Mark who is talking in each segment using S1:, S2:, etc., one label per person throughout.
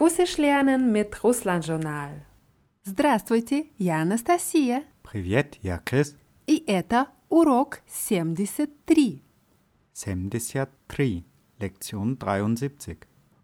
S1: Russisch lernen mit Russland Journal.
S2: Здравствуйте, я Анастасия.
S3: Привет, я Крис.
S2: И это урок 73.
S3: 73, Lektion 73.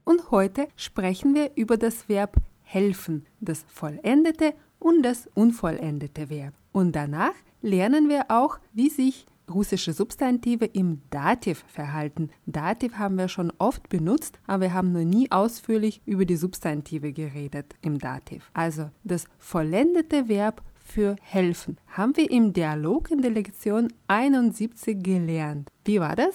S2: Und heute sprechen wir über das Verb helfen, das vollendete und das unvollendete Verb. Und danach lernen wir auch, wie sich russische Substantive im Dativ verhalten. Dativ haben wir schon oft benutzt, aber wir haben noch nie ausführlich über die Substantive geredet im Dativ. Also das vollendete Verb für helfen haben wir im Dialog in der Lektion 71 gelernt. Wie war das?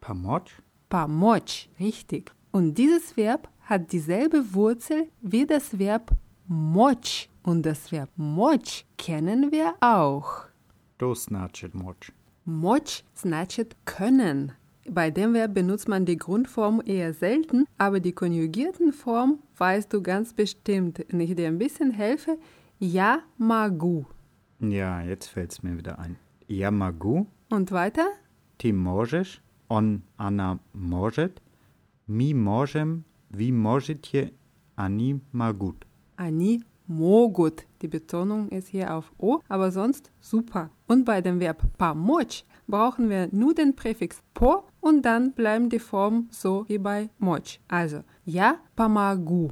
S3: Помочь?
S2: Помочь, richtig. Und dieses Verb hat dieselbe Wurzel wie das Verb moch. Und das Verb moch kennen wir auch.
S3: То значит мочь.
S2: Moch значит können. Bei dem Verb benutzt man die Grundform eher selten, aber die konjugierten Form weißt du ganz bestimmt. Wenn ich dir ein bisschen helfe, ja magu.
S3: Ja, jetzt fällt's mir wieder ein. Я могу,
S2: Und weiter?
S3: ты можешь, он, она может, мы можем, вы можете, они могут.
S2: Ani mogut. Die Betonung ist hier auf O, aber sonst super. Und bei dem Verb pamoch brauchen wir nur den Präfix po und dann bleiben die Formen so wie bei moch. Also, ja pamagu.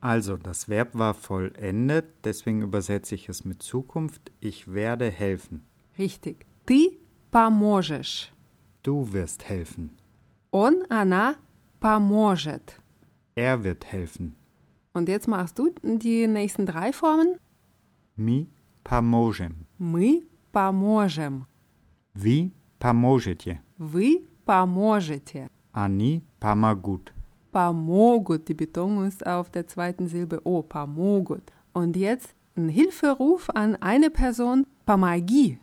S3: Also, das Verb war vollendet, deswegen übersetze ich es mit Zukunft. Ich werde helfen.
S2: Richtig. Ты поможешь.
S3: Du wirst helfen.
S2: Он, она поможет.
S3: Er wird helfen.
S2: Und jetzt machst du die nächsten drei Formen.
S3: Mi поможем.
S2: Мы поможем.
S3: Ви поможете.
S2: Вы поможете.
S3: Они помогут.
S2: Pamogut. Die Betonung ist auf der zweiten Silbe O. Pamogut. Und jetzt ein Hilferuf an eine Person. Pamagi.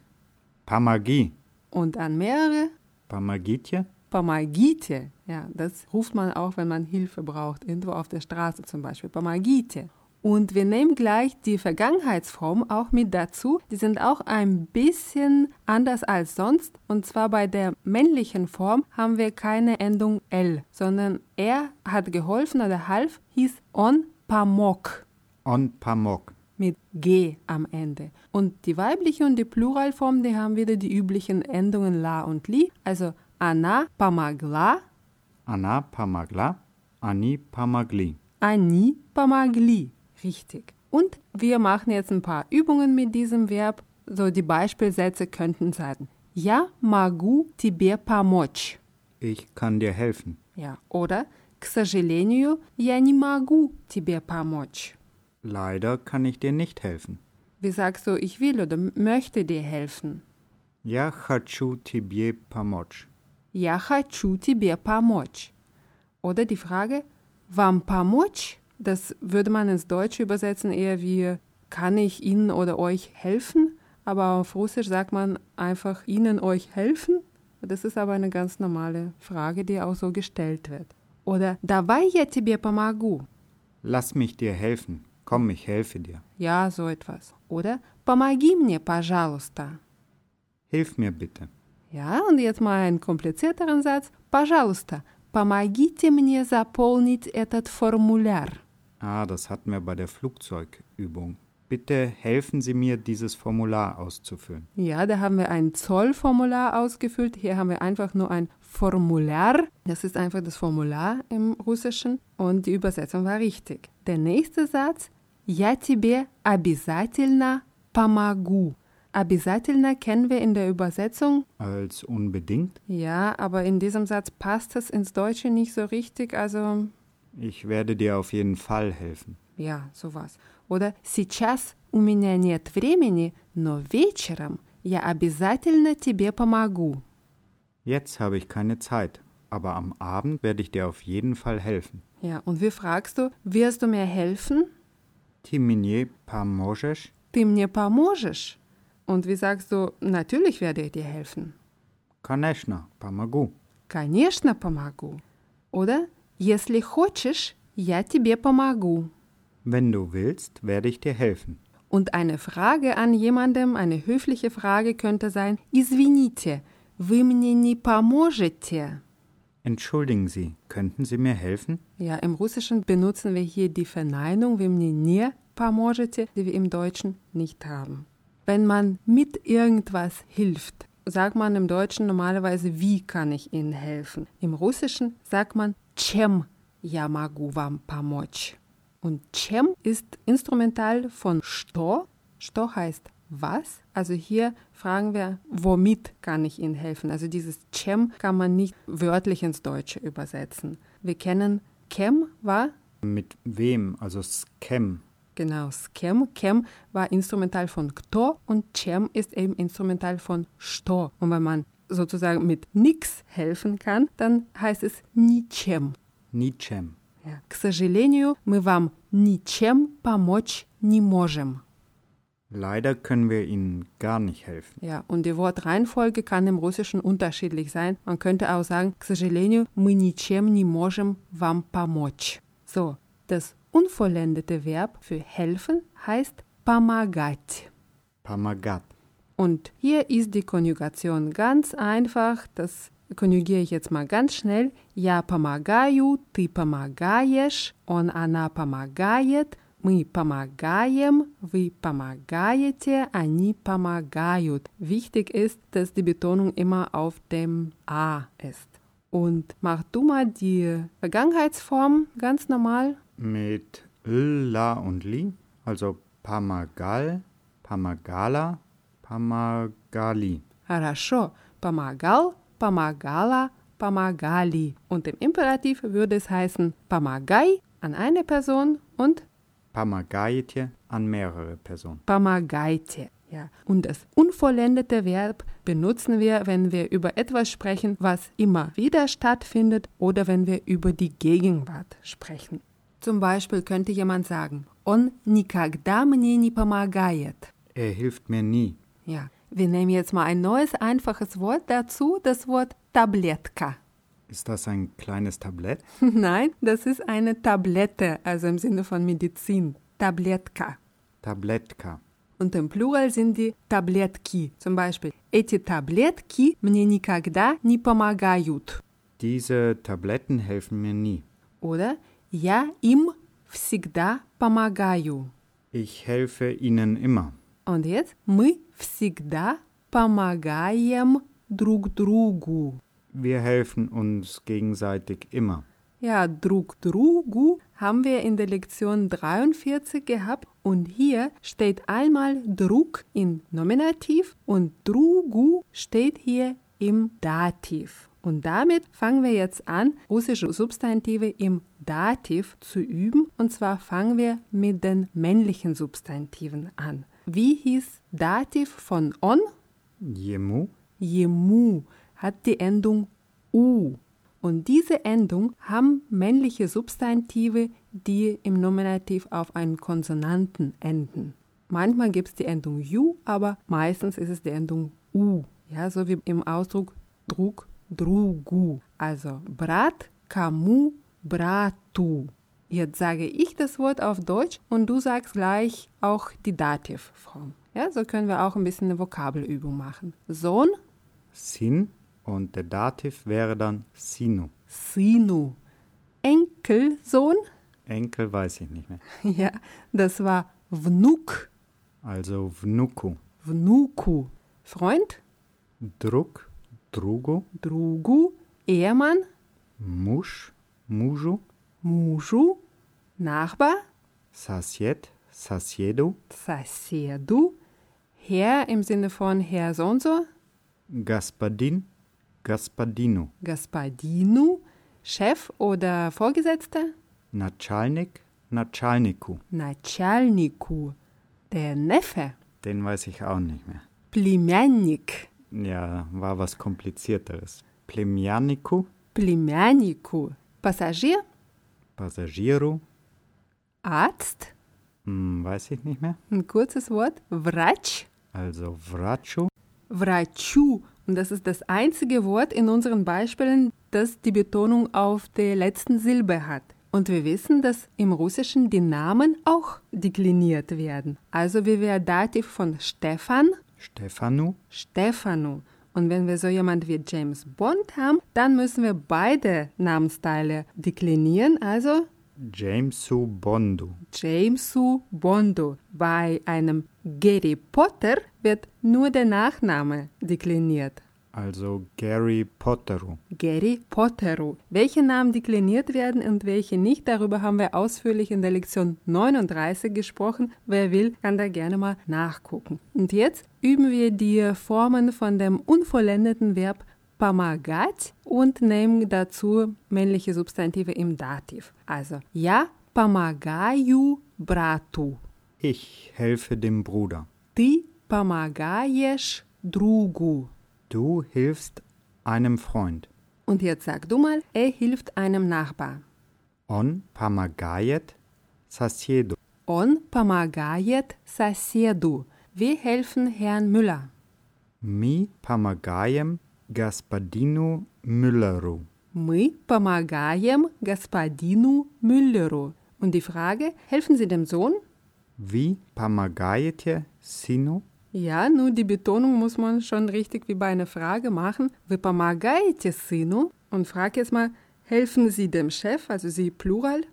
S3: Помоги.
S2: Und an mehrere.
S3: Помогите.
S2: Pamagite. Ja, das ruft man auch, wenn man Hilfe braucht. Irgendwo auf der Straße zum Beispiel. Pamagite. Und wir nehmen gleich die Vergangenheitsform auch mit dazu. Die sind auch ein bisschen anders als sonst. Und zwar bei der männlichen Form haben wir keine Endung L, sondern er hat geholfen oder half, hieß on pamok
S3: Он помог.
S2: mit G am Ende. Und die weibliche und die Pluralform, die haben wieder die üblichen Endungen la und li. Also Anna pamagla,
S3: Она помогла. Они помогли.
S2: Ani pamagli. Richtig. Und wir machen jetzt ein paar Übungen mit diesem Verb. So die Beispielsätze könnten sein. Ja magu тебе помочь.
S3: Ich kann dir helfen.
S2: Ja, oder К сожалению, я не могу тебе помочь.
S3: Leider kann ich dir nicht helfen.
S2: Wie sagst du, ich will oder möchte dir helfen?
S3: Я хочу тебе помочь.
S2: Я хочу тебе помочь. Oder die Frage, вам помочь? Das würde man ins Deutsche übersetzen eher wie, kann ich Ihnen oder euch helfen? Aber auf Russisch sagt man einfach, Ihnen euch helfen? Das ist aber eine ganz normale Frage, die auch so gestellt wird. Oder, давай я тебе помогу.
S3: Lass mich dir helfen. Komm, ich helfe dir.
S2: Ja, so etwas. Oder, помоги мне, пожалуйста.
S3: Hilf mir bitte.
S2: Ja, und jetzt mal einen komplizierteren Satz. Пожалуйста, помогите мне заполнить этот Formular.
S3: Ah, das hatten wir bei der Flugzeugübung. Bitte helfen Sie mir, dieses Formular auszufüllen.
S2: Ja, da haben wir ein Zollformular ausgefüllt. Hier haben wir einfach nur ein Formular. Das ist einfach das Formular im Russischen. Und die Übersetzung war richtig. Der nächste Satz. Я тебе обязательно помогу. Обязательно kennen wir in der Übersetzung
S3: Als unbedingt?
S2: Ja, aber in diesem Satz passt es ins Deutsche nicht so richtig, also
S3: Ich werde dir auf jeden Fall helfen.
S2: ja, sowas. Oder сейчас у меня нет времени, но вечером я обязательно тебе помогу.
S3: Jetzt habe ich keine Zeit, aber am Abend werde ich dir auf jeden Fall helfen.
S2: Ja, und wie fragst du, wirst du mir helfen?
S3: Ты мне поможешь?
S2: Ты мне поможешь? Und wie sagst du, natürlich werde ich dir helfen.
S3: Конечно, помогу.
S2: Конечно, помогу. Oder если хочешь, я тебе помогу.
S3: Wenn du willst, werde ich dir helfen.
S2: Und eine Frage an jemandem, eine höfliche Frage könnte sein: Извините, вы мне не поможете?
S3: Entschuldigen Sie, könnten Sie mir helfen?
S2: Ja, im Russischen benutzen wir hier die Verneinung, wie мне не поможете, die wir im Deutschen nicht haben. Wenn man mit irgendwas hilft, sagt man im Deutschen normalerweise, wie kann ich Ihnen helfen? Im Russischen sagt man, чем я могу вам помочь? Und чем ist instrumental von что. Что heißt was? Also hier fragen wir, womit kann ich Ihnen helfen? Also dieses чем kann man nicht wörtlich ins Deutsche übersetzen. Wir kennen kem war,
S3: Mit wem? Also Scam.
S2: genau, s кем. Кем war instrumental von кто und чем ist eben instrumental von что. Und wenn man sozusagen mit nix helfen kann, dann heißt es ничем.
S3: Nichem.
S2: Ja. К сожалению, мы вам ничем помочь не можем.
S3: Leider können wir Ihnen gar nicht helfen.
S2: Ja, und die Wortreihenfolge kann im Russischen unterschiedlich sein. Man könnte auch sagen, к сожалению, мы ничем не можем вам помочь. So, das unvollendete Verb für helfen heißt помогать.
S3: Pamagat.
S2: Und hier ist die Konjugation ganz einfach. Das konjugiere ich jetzt mal ganz schnell. Я помогаю, ты помогаешь, он, она помогает, мы помогаем, вы помогаете, они помогают. Wichtig ist, dass die Betonung immer auf dem A ist. Und mach du mal die Vergangenheitsform ganz normal.
S3: Mit L, La und Li. Also Pamagal, Pamagala, Pamagali.
S2: Хорошо. Помогал, помогала, помогали. Und im Imperativ würde es heißen помогай an eine Person und
S3: Pamagaitje an mehrere Personen.
S2: помогайте. Ja. Und das unvollendete Verb benutzen wir, wenn wir über etwas sprechen, was immer wieder stattfindet oder wenn wir über die Gegenwart sprechen. Zum Beispiel könnte jemand sagen, он никогда мне не помогает.
S3: Er hilft mir nie.
S2: Ja, wir nehmen jetzt mal ein neues, einfaches Wort dazu, das Wort Tabletka.
S3: Ist das ein kleines Tablett?
S2: Nein, das ist eine Tablette, also im Sinne von Medizin. Tabletka.
S3: Tabletka.
S2: Und im Plural sind die Tabletki. Zum Beispiel, эти таблетки мне никогда не помогают.
S3: Diese Tabletten helfen mir nie.
S2: Oder, я им всегда помогаю.
S3: Ich helfe Ihnen immer.
S2: Und jetzt, мы всегда помогаем друг другу.
S3: Wir helfen uns gegenseitig immer.
S2: Ja, Drug Drugu haben wir in der Lektion 43 gehabt und hier steht einmal Drug in Nominativ und Drugu steht hier im Dativ. Und damit fangen wir jetzt an, russische Substantive im Dativ zu üben. Und zwar fangen wir mit den männlichen Substantiven an. Wie hieß Dativ von on?
S3: Jemu,
S2: Jemu hat die Endung U. Und diese Endung haben männliche Substantive, die im Nominativ auf einen Konsonanten enden. Manchmal gibt es die Endung ju, aber meistens ist es die Endung u. Ja, so wie im Ausdruck Drug, Drugu. Also Brat, Kamu, Bratu. Jetzt sage ich das Wort auf Deutsch und du sagst gleich auch die Dativform. Ja, so können wir auch ein bisschen eine Vokabelübung machen. Sohn,
S3: Sin und der Dativ wäre dann Sinu.
S2: Sinu. Enkelsohn,
S3: Enkel weiß ich nicht mehr.
S2: ja, das war Vnuk,
S3: Also Vnuku.
S2: Vnuku. Freund,
S3: Druk, Drugo,
S2: Drugu, Ehemann,
S3: Musch, Muju,
S2: Muju, Nachbar,
S3: Sasiet, Sasiedu,
S2: Sasedu, Herr im Sinne von Herr so und so,
S3: Gaspadin, Gaspadino,
S2: Gaspadinu, Chef oder Vorgesetzter,
S3: Natschalnik, Natschalniku.
S2: Начальнику, der Neffe,
S3: Den weiß ich auch nicht mehr.
S2: Племянник,
S3: Ja, war was komplizierteres. Plemjaniku,
S2: Племяннику, Passagier,
S3: Passagieru,
S2: Arzt,
S3: hm, weiß ich nicht mehr.
S2: ein kurzes Wort, Врач,
S3: Also Vracu,
S2: Врачу. Und das ist das einzige Wort in unseren Beispielen, das die Betonung auf der letzten Silbe hat. Und wir wissen, dass im Russischen die Namen auch dekliniert werden. Also wie wir Dativ von Stefan,
S3: Stefanu,
S2: Stefano. Und wenn wir so jemand wie James Bond haben, dann müssen wir beide Namensteile deklinieren, also
S3: Jamesu Bondo.
S2: Jamesu Bondo. Bei einem Gary Potter wird nur der Nachname dekliniert.
S3: Also Gary Pottero.
S2: Gary Pottero. Welche Namen dekliniert werden und welche nicht, darüber haben wir ausführlich in der Lektion 39 gesprochen. Wer will, kann da gerne mal nachgucken. Und jetzt üben wir die Formen von dem unvollendeten Verb pomagat und nehmen dazu männliche Substantive im Dativ. Also ja, pomagaju bratu.
S3: Ich helfe dem Bruder.
S2: Ty pomagajesch drugu.
S3: Du hilfst einem Freund.
S2: Und jetzt sag du mal, er hilft einem Nachbar.
S3: On pomagajet sasiedo.
S2: Он помогает соседу. Wir helfen Herrn Müller.
S3: Mi pomagajem Gaspadino Mülleru.
S2: Мы помогаем господину Мюллеру. Und die Frage, helfen Sie dem Sohn?
S3: Vi pomagajete sinu?
S2: Ja, nur die Betonung muss man schon richtig wie bei einer Frage machen. Вы помогаете сыну? Und frag jetzt mal, helfen Sie dem Chef, also Sie Plural?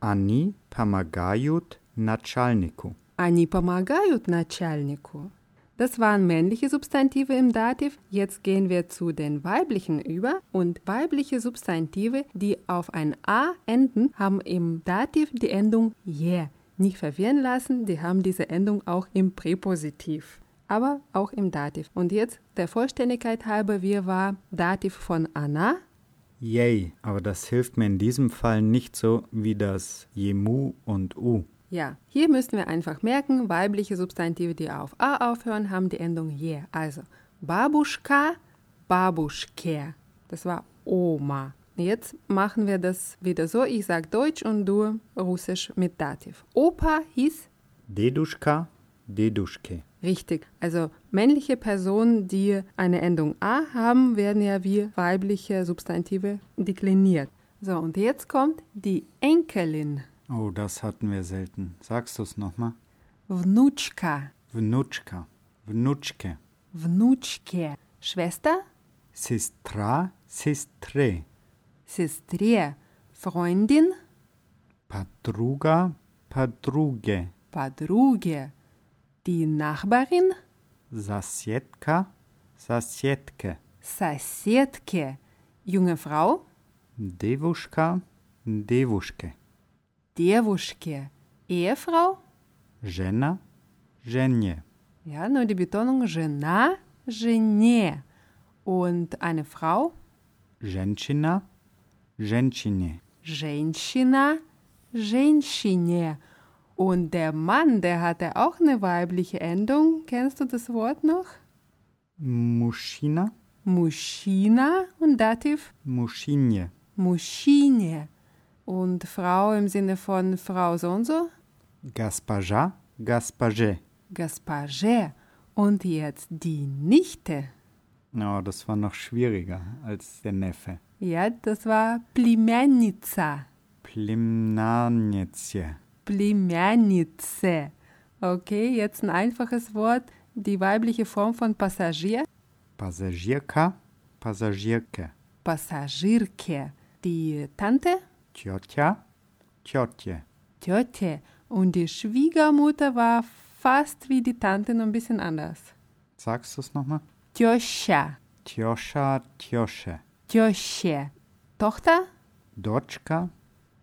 S3: Ani pomagajut Natschalniku.
S2: Они помогают начальнику. Das waren männliche Substantive im Dativ. Jetzt gehen wir zu den weiblichen über. Und weibliche Substantive, die auf ein A enden, haben im Dativ die Endung je. Nicht verwirren lassen, die haben diese Endung auch im Präpositiv. Aber auch im Dativ. Und jetzt, der Vollständigkeit halber, wir war Dativ von Anna.
S3: Yay, aber das hilft mir in diesem Fall nicht so wie das Jemu und U.
S2: Ja, hier müssen wir einfach merken, weibliche Substantive, die auf a aufhören, haben die Endung je. Also Babuschka, Babuschke. Das war Oma. Jetzt machen wir das wieder so. Ich sage Deutsch und du Russisch mit Dativ. Opa hieß
S3: Deduschka, Deduschke.
S2: richtig. Also männliche Personen, die eine Endung a haben, werden ja wie weibliche Substantive dekliniert. So, und jetzt kommt die Enkelin.
S3: Oh, das hatten wir selten. Sagst du es nochmal?
S2: Внучка,
S3: Внучка, Внучке.
S2: Внучке. Schwester?
S3: Сестра, сестре.
S2: Сестре, Freundin,
S3: Подруга, подруге.
S2: Подруге, die Nachbarin,
S3: Соседка, соседке.
S2: Соседке, junge Frau,
S3: Девушка, девушке.
S2: Девушке, Ehefrau,
S3: Жена, жене.
S2: ja, nur die Betonung жена, жене und eine Frau,
S3: Женщина, женщине.
S2: Женщина, женщине und der Mann, der hatte auch eine weibliche Endung, kennst du das Wort noch?
S3: Мужчина,
S2: Мужчина und Dativ
S3: мужчине.
S2: Muschine und Frau im Sinne von Frau so und so,
S3: Госпожа, госпоже.
S2: Gaspage. Und jetzt die Nichte.
S3: Oh, das war noch schwieriger als der Neffe.
S2: Ja, das war Plimenica.
S3: Племяннице.
S2: Plimenice. Okay, jetzt ein einfaches Wort, die weibliche Form von Passagier,
S3: Passažierka, Passažierke.
S2: Passagierke. Die Tante,
S3: Tjotja, Tjotje.
S2: Tjote. Und die Schwiegermutter war fast wie die Tante, nur ein bisschen anders.
S3: Sagst du es nochmal?
S2: Tjoscha,
S3: Tjoscha, Tjosche.
S2: Tjosche. Tochter,
S3: Dotschka,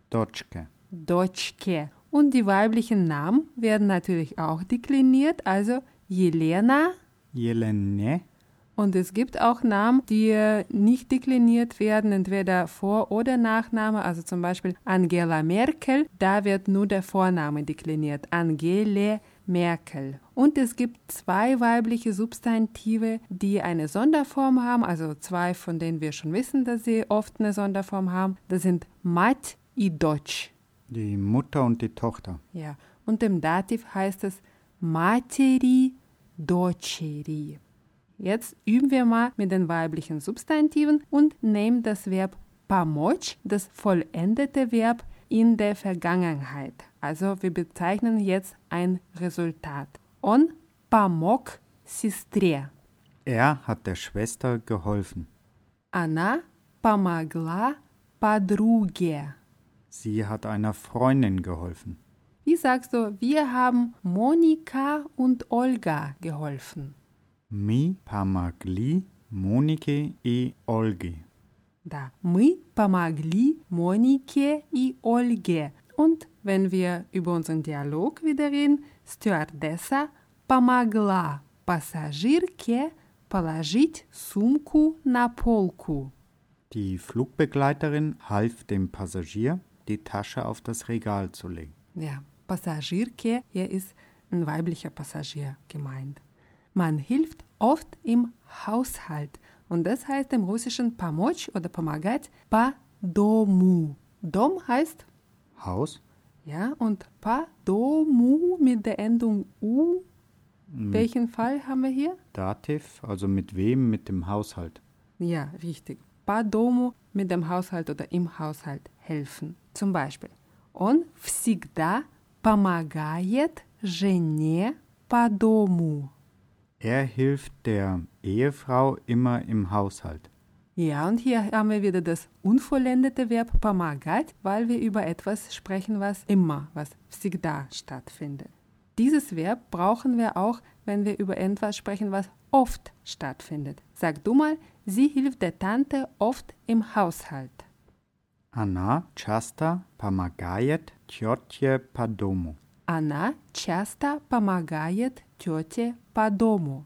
S3: Dotschke.
S2: Dotschke. Und die weiblichen Namen werden natürlich auch dekliniert, also Jelena.
S3: Jelene,
S2: Und es gibt auch Namen, die äh, nicht dekliniert werden, entweder Vor- oder Nachname, also zum Beispiel Angela Merkel, da wird nur der Vorname dekliniert, Angele Merkel. Und es gibt zwei weibliche Substantive, die eine Sonderform haben, also zwei, von denen wir schon wissen, dass sie oft eine Sonderform haben. Das sind Mat i Deutsch.
S3: die Mutter und die Tochter.
S2: Ja, und im Dativ heißt es materi doceri. Jetzt üben wir mal mit den weiblichen Substantiven und nehmen das Verb pamoch, das vollendete Verb in der Vergangenheit. Also wir bezeichnen jetzt ein Resultat. On pamok sestre.
S3: Er hat der Schwester geholfen.
S2: Она помогла подруге.
S3: Sie hat einer Freundin geholfen.
S2: Wie sagst du, wir haben Monika und Olga geholfen?
S3: Mi pamagli Monike e Olgi.
S2: Да, мы помогли Monique и Ольге. Und wenn wir über unseren Dialog wieder reden, Stewardessa помогла пассажирке положить сумку на полку.
S3: Die Flugbegleiterin half dem Passagier, die Tasche auf das Regal zu legen.
S2: Ja, Passagierke, hier ist ein weiblicher Passagier gemeint. Man hilft oft im Haushalt und das heißt im russischen помочь oder помогать по дому. Дом heißt
S3: Haus?
S2: ja und по дому mit der Endung u. Welchen Fall haben wir hier?
S3: Dativ, also mit wem? Mit dem Haushalt.
S2: Ja, richtig. По дому mit dem Haushalt oder im Haushalt helfen. Zum Beispiel, он всегда помогает жене по дому.
S3: Er hilft der Ehefrau immer im Haushalt.
S2: Ja, und hier haben wir wieder das unvollendete Verb помогать, weil wir über etwas sprechen, was immer, was всегда stattfindet. Dieses Verb brauchen wir auch, wenn wir über etwas sprechen, was oft stattfindet. Sag du mal, sie hilft der Tante oft im Haushalt.
S3: Anna Chasta Pamagayet Tjotje Padomo.
S2: Она часто помогает тете по дому.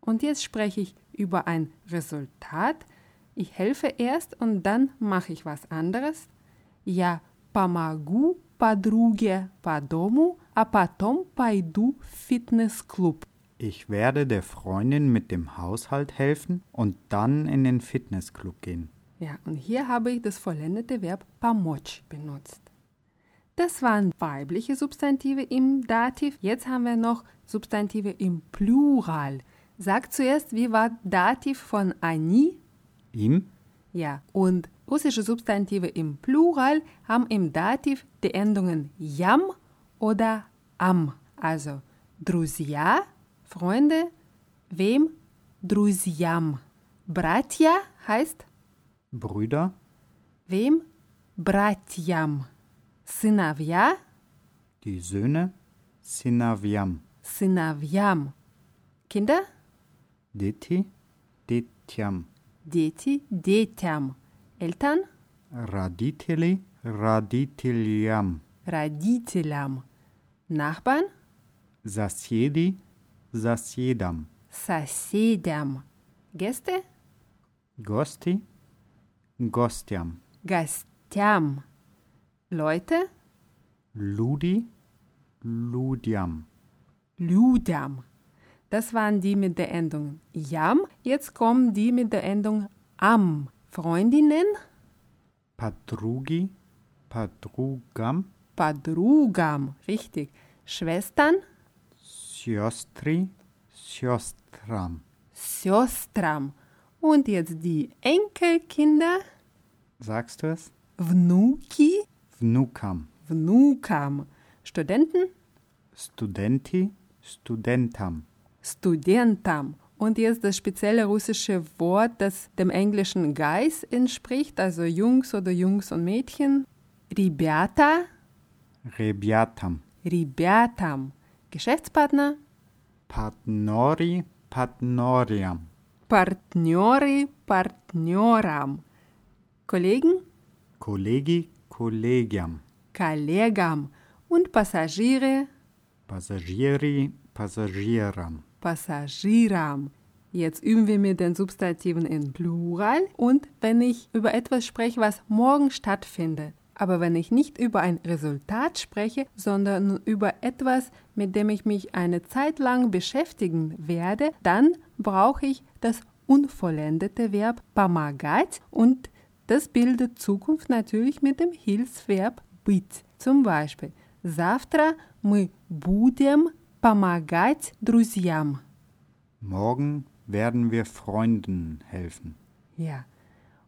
S2: Und jetzt spreche ich über ein Resultat. Ich helfe erst und dann mache ich was anderes. Я помогу подруге по дому, а потом пойду в фитнес-клуб.
S3: Ich werde der Freundin mit dem Haushalt helfen und dann in den Fitnessclub gehen.
S2: Ja, und hier habe ich das vollendete Verb помочь benutzt. Das waren weibliche Substantive im Dativ. Jetzt haben wir noch Substantive im Plural. Sag zuerst, wie war Dativ von они?
S3: Ihm?
S2: Ja, und russische Substantive im Plural haben im Dativ die Endungen jam oder am. Also друзья, Freunde, wem? Друзьям. Братья heißt
S3: Brüder?
S2: Wem? Братьям. Сыновья
S3: Die Söhne? Sinaviam.
S2: сыновьям. Kinder?
S3: Deti? Detiam.
S2: Дети детям. Eltern?
S3: Raditili? Raditiliam.
S2: Родителям. Nachbarn?
S3: Sasiedi? Sasiedam.
S2: Соседям. Gäste?
S3: Gosti? Gostiam.
S2: Гостям. Leute?
S3: Ludi? Ludiam.
S2: Людям. Das waren die mit der Endung jam. Jetzt kommen die mit der Endung am. Freundinnen?
S3: Padrugi? Padrugam?
S2: Подругам. Richtig. Schwestern?
S3: Sjostri? Sjostram.
S2: Сестрам. Und jetzt die Enkelkinder,
S3: Sagst du es?
S2: Внуки,
S3: Vnukam.
S2: Внукам, Studenten,
S3: Studenti? Studentam.
S2: Studentam. Und jetzt das spezielle russische Wort, das dem englischen Guys entspricht, also Jungs oder Jungs und Mädchen. Ребята,
S3: Rebiatam.
S2: Ребятам. Geschäftspartner,
S3: Patnori? Patnoriam.
S2: партнеры, партнерам. Kollegen,
S3: Kollegi? Kollegiam.
S2: коллегам. Und Passagiere,
S3: Passagieri, Passagieram.
S2: Passagieram. Jetzt üben wir mit den Substantiven in Plural und wenn ich über etwas spreche, was morgen stattfindet. Aber wenn ich nicht über ein Resultat spreche, sondern über etwas, mit dem ich mich eine Zeit lang beschäftigen werde, dann brauche ich das unvollendete Verb помогать und das bildet Zukunft natürlich mit dem Hilfsverb быть. Zum Beispiel, завтра мы будем помогать друзьям.
S3: Morgen werden wir Freunden helfen.
S2: Ja.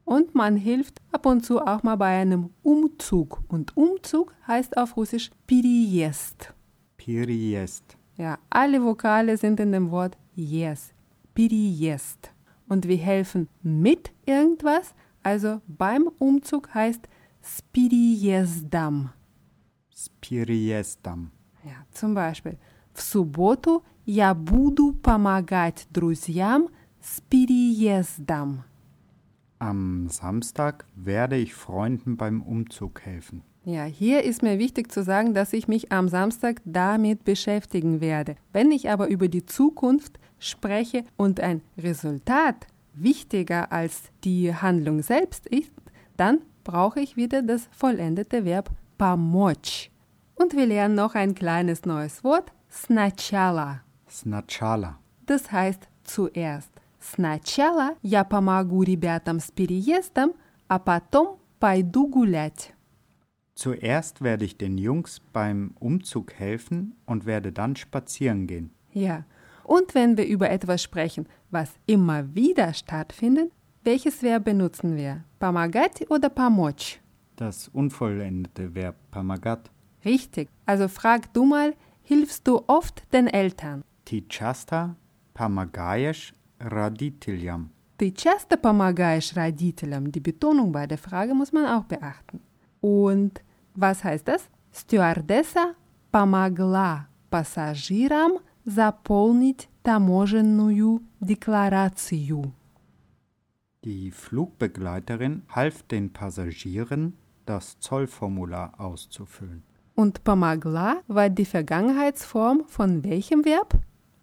S2: Und man hilft ab und zu auch mal bei einem Umzug. Und Umzug heißt auf Russisch Переезд.
S3: Piriest.
S2: Ja, alle Vokale sind in dem Wort yes. переезд. Und wir helfen mit irgendwas, also beim Umzug heißt с переездом.
S3: С переездом.
S2: Ja, zum Beispiel, в субботу я буду помогать друзьям с переездом.
S3: Am Samstag werde ich Freunden beim Umzug helfen.
S2: Ja, hier ist mir wichtig zu sagen, dass ich mich am Samstag damit beschäftigen werde. Wenn ich aber über die Zukunft spreche und ein Resultat wichtiger als die Handlung selbst ist, dann brauche ich wieder das vollendete Verb помочь. Und wir lernen noch ein kleines neues Wort сначала.
S3: Snachala.
S2: Das heißt zuerst. Сначала я помогу ребятам с переездом, а потом пойду гулять.
S3: Zuerst werde ich den Jungs beim Umzug helfen und werde dann spazieren gehen.
S2: Ja, und wenn wir über etwas sprechen, was immer wieder stattfindet, welches Verb benutzen wir? Помогать oder помочь?
S3: Das unvollendete Verb pamagat.
S2: Richtig. Also frag du mal, hilfst du oft den Eltern?
S3: Ti chasta pamagayesh raditilyam.
S2: Ты часто помогаешь родителям? Die Betonung bei der Frage muss man auch beachten. Und was heißt das? Стюардесса помогла пассажирам заполнить таможенную декларацию.
S3: Die Flugbegleiterin half den Passagieren, das Zollformular auszufüllen.
S2: Und помогла war die Vergangenheitsform von welchem Verb?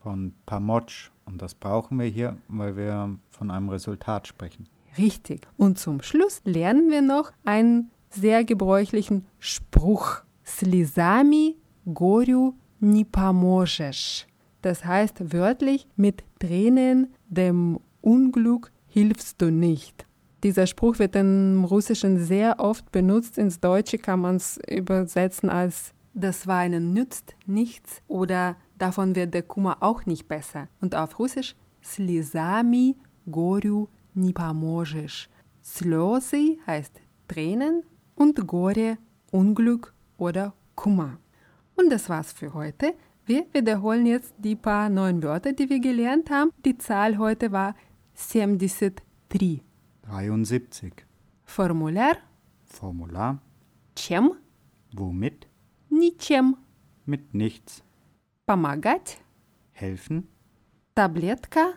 S3: Von Pamotsch. Und das brauchen wir hier, weil wir von einem Resultat sprechen.
S2: Richtig. Und zum Schluss lernen wir noch einen sehr gebräuchlichen Spruch. Слезами горю не поможешь. Das heißt wörtlich, mit Tränen dem Unglück hilfst du nicht. Dieser Spruch wird im Russischen sehr oft benutzt, ins Deutsche kann man es übersetzen als das Weinen nützt nichts oder davon wird der Kummer auch nicht besser. Und auf Russisch слезами горю не поможешь. Слезы heißt Tränen und Gore Unglück oder Kummer. Und das war's für heute. Wir wiederholen jetzt die paar neuen Wörter, die wir gelernt haben. Die Zahl heute war 73.
S3: 73.
S2: Formular
S3: Formular.
S2: чем,
S3: Womit?
S2: ничем,
S3: Mit nichts.
S2: помогать,
S3: Helfen.
S2: таблетка,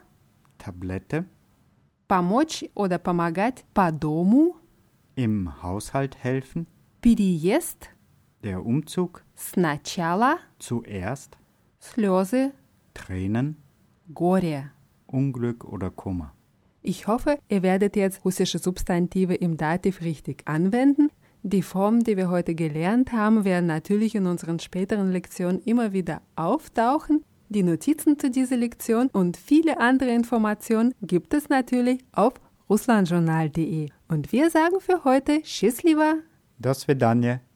S3: Tablette.
S2: помочь oder помогать по дому,
S3: Im Haushalt helfen.
S2: переезд,
S3: Der Umzug.
S2: сначала,
S3: Zuerst.
S2: слезы,
S3: Tränen.
S2: горе.
S3: Unglück oder Kummer.
S2: Ich hoffe, ihr werdet jetzt russische Substantive im Dativ richtig anwenden. Die Formen, die wir heute gelernt haben, werden natürlich in unseren späteren Lektionen immer wieder auftauchen. Die Notizen zu dieser Lektion und viele andere Informationen gibt es natürlich auf russlandjournal.de. Und wir sagen für heute Tschüss, lieber!
S3: Das Vedanje.